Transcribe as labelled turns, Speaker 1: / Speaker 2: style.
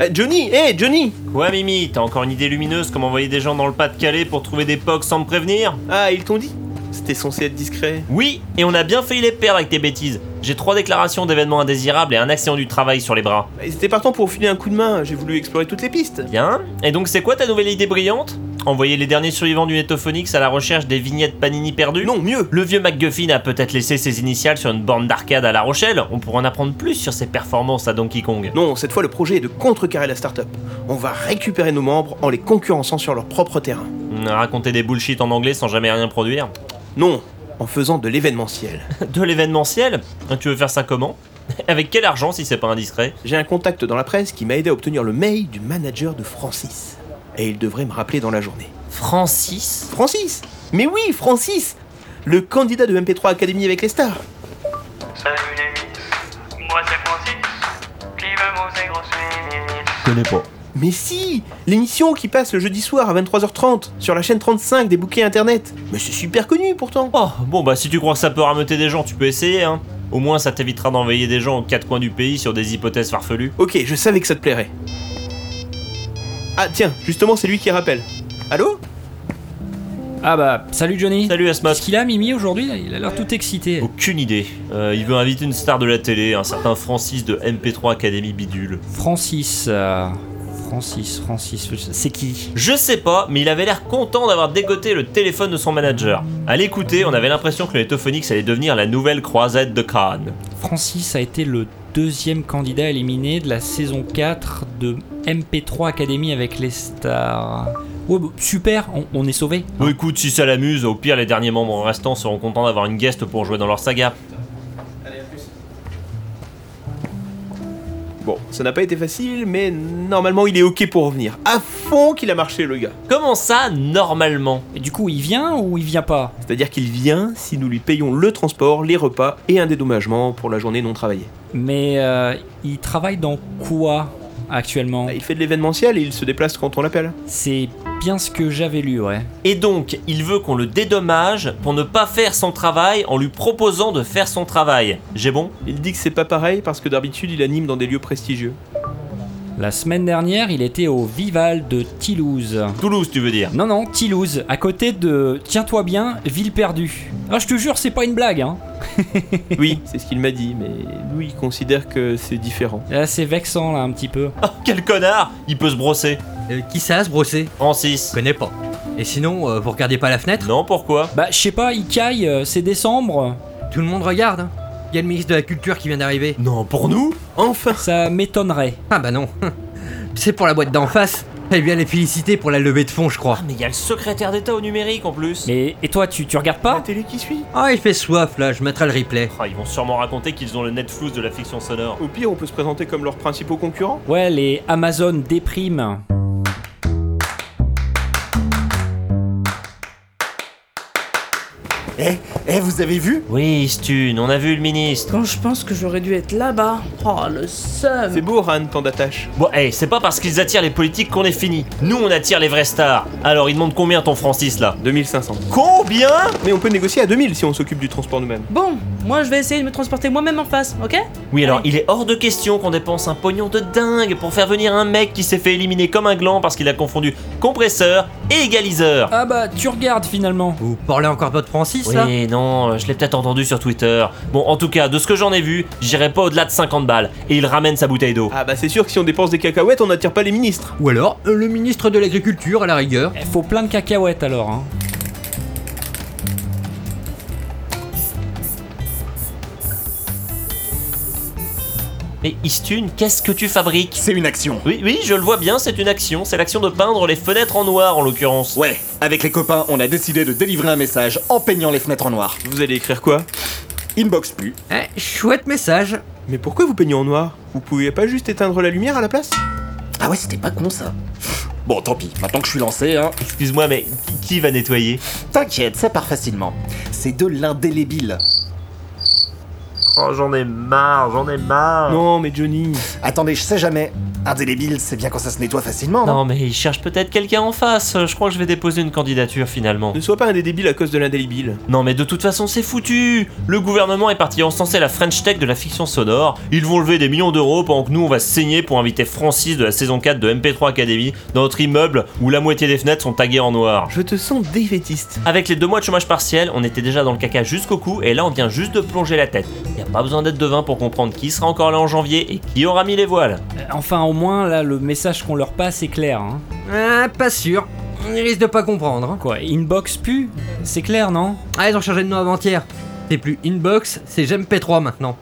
Speaker 1: Eh, Johnny, hé Johnny
Speaker 2: Quoi, Mimi T'as encore une idée lumineuse comme envoyer des gens dans le Pas-de-Calais pour trouver des pocs sans me prévenir
Speaker 1: Ah, ils t'ont dit C'était censé être discret.
Speaker 2: Oui, et on a bien failli les perdre avec tes bêtises. J'ai trois déclarations d'événements indésirables et un accident du travail sur les bras.
Speaker 1: Ils étaient partants pour filer un coup de main, j'ai voulu explorer toutes les pistes.
Speaker 2: Bien. Et donc, c'est quoi ta nouvelle idée brillante Envoyer les derniers survivants du Netophonix à la recherche des vignettes Panini perdues
Speaker 1: Non, mieux
Speaker 2: Le vieux MacGuffin a peut-être laissé ses initiales sur une borne d'arcade à La Rochelle. On pourra en apprendre plus sur ses performances à Donkey Kong.
Speaker 1: Non, cette fois le projet est de contrecarrer la start-up. On va récupérer nos membres en les concurrençant sur leur propre terrain.
Speaker 2: Mmh, Raconter des bullshit en anglais sans jamais rien produire.
Speaker 1: Non, en faisant de l'événementiel.
Speaker 2: De l'événementiel Tu veux faire ça comment Avec quel argent si c'est pas indiscret
Speaker 1: J'ai un contact dans la presse qui m'a aidé à obtenir le mail du manager de Francis. Et il devrait me rappeler dans la journée.
Speaker 2: Francis
Speaker 1: Francis Mais oui, Francis Le candidat de MP3 Academy avec les stars.
Speaker 3: Salut les miss, moi c'est Francis, qui veut mon gros
Speaker 2: Je connais pas.
Speaker 1: Mais si L'émission qui passe le jeudi soir à 23h30 sur la chaîne 35 des bouquets internet. Mais c'est super connu pourtant.
Speaker 2: Oh, bon bah si tu crois que ça peut rameuter des gens, tu peux essayer hein. Au moins ça t'évitera d'envoyer des gens aux quatre coins du pays sur des hypothèses farfelues.
Speaker 1: Ok, je savais que ça te plairait. Ah tiens, justement c'est lui qui rappelle. Allô
Speaker 4: Ah bah, salut Johnny.
Speaker 2: Salut Oh.
Speaker 4: Qu'est-ce
Speaker 2: Asmat.
Speaker 4: qu'il a, Mimi, aujourd'hui là Il a l'air tout excité.
Speaker 2: Aucune idée. Euh, il veut inviter une star de la télé, un certain Francis de MP3 Academy Bidule.
Speaker 4: Francis. euh, Francis, Francis, c'est qui
Speaker 2: Je sais pas, mais il avait l'air content d'avoir dégoté le téléphone de son manager. À l'écouter, on avait l'impression que le Netophonix allait devenir la nouvelle croisade de Cannes.
Speaker 4: Francis a été le deuxième candidat éliminé de la saison 4 de MP3 Academy avec les stars. Ouais, bah, super, on, on est sauvé.
Speaker 2: Bon écoute, si ça l'amuse, au pire les derniers membres restants seront contents d'avoir une guest pour jouer dans leur saga.
Speaker 1: Bon, ça n'a pas été facile, mais normalement il est ok pour revenir. À fond qu'il a marché le gars.
Speaker 2: Comment ça, normalement
Speaker 4: Et du coup, il vient ou il vient pas
Speaker 1: C'est-à-dire qu'il vient si nous lui payons le transport, les repas et un dédommagement pour la journée non travaillée.
Speaker 4: Mais euh, il travaille dans quoi actuellement
Speaker 1: Bah, Il fait de l'événementiel et il se déplace quand on l'appelle.
Speaker 4: C'est bien ce que j'avais lu, ouais.
Speaker 2: Et donc, il veut qu'on le dédommage pour ne pas faire son travail en lui proposant de faire son travail. J'ai bon
Speaker 1: Il dit que c'est pas pareil parce que d'habitude il anime dans des lieux prestigieux.
Speaker 4: La semaine dernière, il était au Vival de Toulouse.
Speaker 2: Toulouse, tu veux dire
Speaker 4: Non, non, Toulouse, à côté de, tiens-toi bien, Ville Perdue. Ah, je te jure, c'est pas une blague, hein.
Speaker 1: Oui, c'est ce qu'il m'a dit, mais lui il considère que c'est différent.
Speaker 4: Là, c'est vexant, là, un petit peu.
Speaker 2: Oh, quel connard Il peut se brosser.
Speaker 5: Euh, qui ça, se brosser Je
Speaker 2: Francis.
Speaker 5: connais pas. Et sinon, euh, vous regardez pas la fenêtre
Speaker 2: Non, pourquoi
Speaker 4: Bah, je sais pas, il caille, euh, c'est décembre.
Speaker 5: Tout le monde regarde. hein. Il y a le ministre de la Culture qui vient d'arriver.
Speaker 2: Non, pour nous
Speaker 1: Enfin
Speaker 4: Ça m'étonnerait.
Speaker 5: Ah bah non. C'est pour la boîte d'en face. Elle vient les féliciter pour la levée de fonds, je crois.
Speaker 2: Ah, mais il y a le secrétaire d'État au numérique en plus.
Speaker 4: Mais, et toi, tu, tu regardes
Speaker 1: La
Speaker 4: pas
Speaker 1: télé qui suit
Speaker 5: Ah, il fait soif là, je mettrai le replay.
Speaker 2: Ah, ils vont sûrement raconter qu'ils ont le Netflix de la fiction sonore.
Speaker 1: Au pire, on peut se présenter comme leurs principaux concurrents
Speaker 4: Ouais, les Amazon dépriment.
Speaker 6: Eh, eh, vous avez vu
Speaker 2: Oui, Stune, on a vu le ministre.
Speaker 7: Quand je pense que j'aurais dû être là-bas, oh le
Speaker 1: C'est
Speaker 7: seum
Speaker 1: beau, Ran, tant d'attache.
Speaker 2: Bon, hey, c'est pas parce qu'ils attirent les politiques qu'on est fini. Nous, on attire les vrais stars. Alors, il demande combien ton Francis là
Speaker 1: 2500.
Speaker 2: Combien
Speaker 1: Mais on peut négocier à 2000 si on s'occupe du transport nous-mêmes.
Speaker 7: Bon, moi je vais essayer de me transporter moi-même en face, ok
Speaker 2: Oui, alors il est hors de question qu'on dépense un pognon de dingue pour faire venir un mec qui s'est fait éliminer comme un gland parce qu'il a confondu compresseur et égaliseur.
Speaker 4: Ah bah, tu regardes finalement.
Speaker 5: Vous parlez encore pas de Francis là
Speaker 2: Oui, non, euh, je l'ai peut-être entendu sur Twitter. Bon, en tout cas, de ce que j'en ai vu, j'irai pas au-delà de 50 balles. Et il ramène sa bouteille d'eau.
Speaker 1: Ah bah c'est sûr que si on dépense des cacahuètes, on n'attire pas les ministres.
Speaker 5: Ou alors, euh, le ministre de l'Agriculture à la rigueur.
Speaker 4: Eh, Faut plein de cacahuètes alors, hein.
Speaker 2: Mais Istune, qu'est-ce que tu fabriques
Speaker 6: C'est une action.
Speaker 2: Oui, oui, je le vois bien, c'est une action. C'est l'action de peindre les fenêtres en noir en l'occurrence.
Speaker 6: Ouais, avec les copains, on a décidé de délivrer un message en peignant les fenêtres en noir.
Speaker 1: Vous allez écrire quoi
Speaker 6: Inbox plus.
Speaker 5: Eh, chouette message.
Speaker 1: Mais pourquoi vous peignez en noir Vous pouviez pas juste éteindre la lumière à la place
Speaker 6: Ah ouais, c'était pas con ça. Bon, tant pis, maintenant que je suis lancé, hein.
Speaker 2: Excuse-moi, mais qui- qui va nettoyer
Speaker 6: T'inquiète, ça part facilement. C'est de l'indélébile.
Speaker 2: Oh, j'en ai marre, j'en ai marre.
Speaker 1: Non, mais Johnny.
Speaker 6: Attendez, je sais jamais. Un délébile, c'est bien quand ça se nettoie facilement, non,
Speaker 2: Non, mais il cherche peut-être quelqu'un en face. Je crois que je vais déposer une candidature finalement.
Speaker 1: Ne sois pas un des débiles à cause de l'indélébile.
Speaker 2: Non, mais de toute façon, c'est foutu. Le gouvernement est parti encenser la French Tech de la fiction sonore. Ils vont lever des millions d'euros pendant que nous, on va se saigner pour inviter Francis de la saison 4 de MP3 Academy dans notre immeuble où la moitié des fenêtres sont taguées en noir.
Speaker 1: Je te sens défaitiste.
Speaker 2: Avec les deux mois de chômage partiel, on était déjà dans le caca jusqu'au cou et là on vient juste de plonger la tête. Y a pas besoin d'être devin pour comprendre qui sera encore là en janvier et qui aura mis les voiles.
Speaker 4: Euh, Enfin, au moins, là, le message qu'on leur passe est clair. hein.
Speaker 5: Ah, pas sûr. Ils risquent de pas comprendre. hein.
Speaker 4: Quoi, Inbox pu C'est clair, non
Speaker 5: Ah, ils ont changé de nom avant-hier. C'est plus Inbox, c'est J'aime P3 maintenant.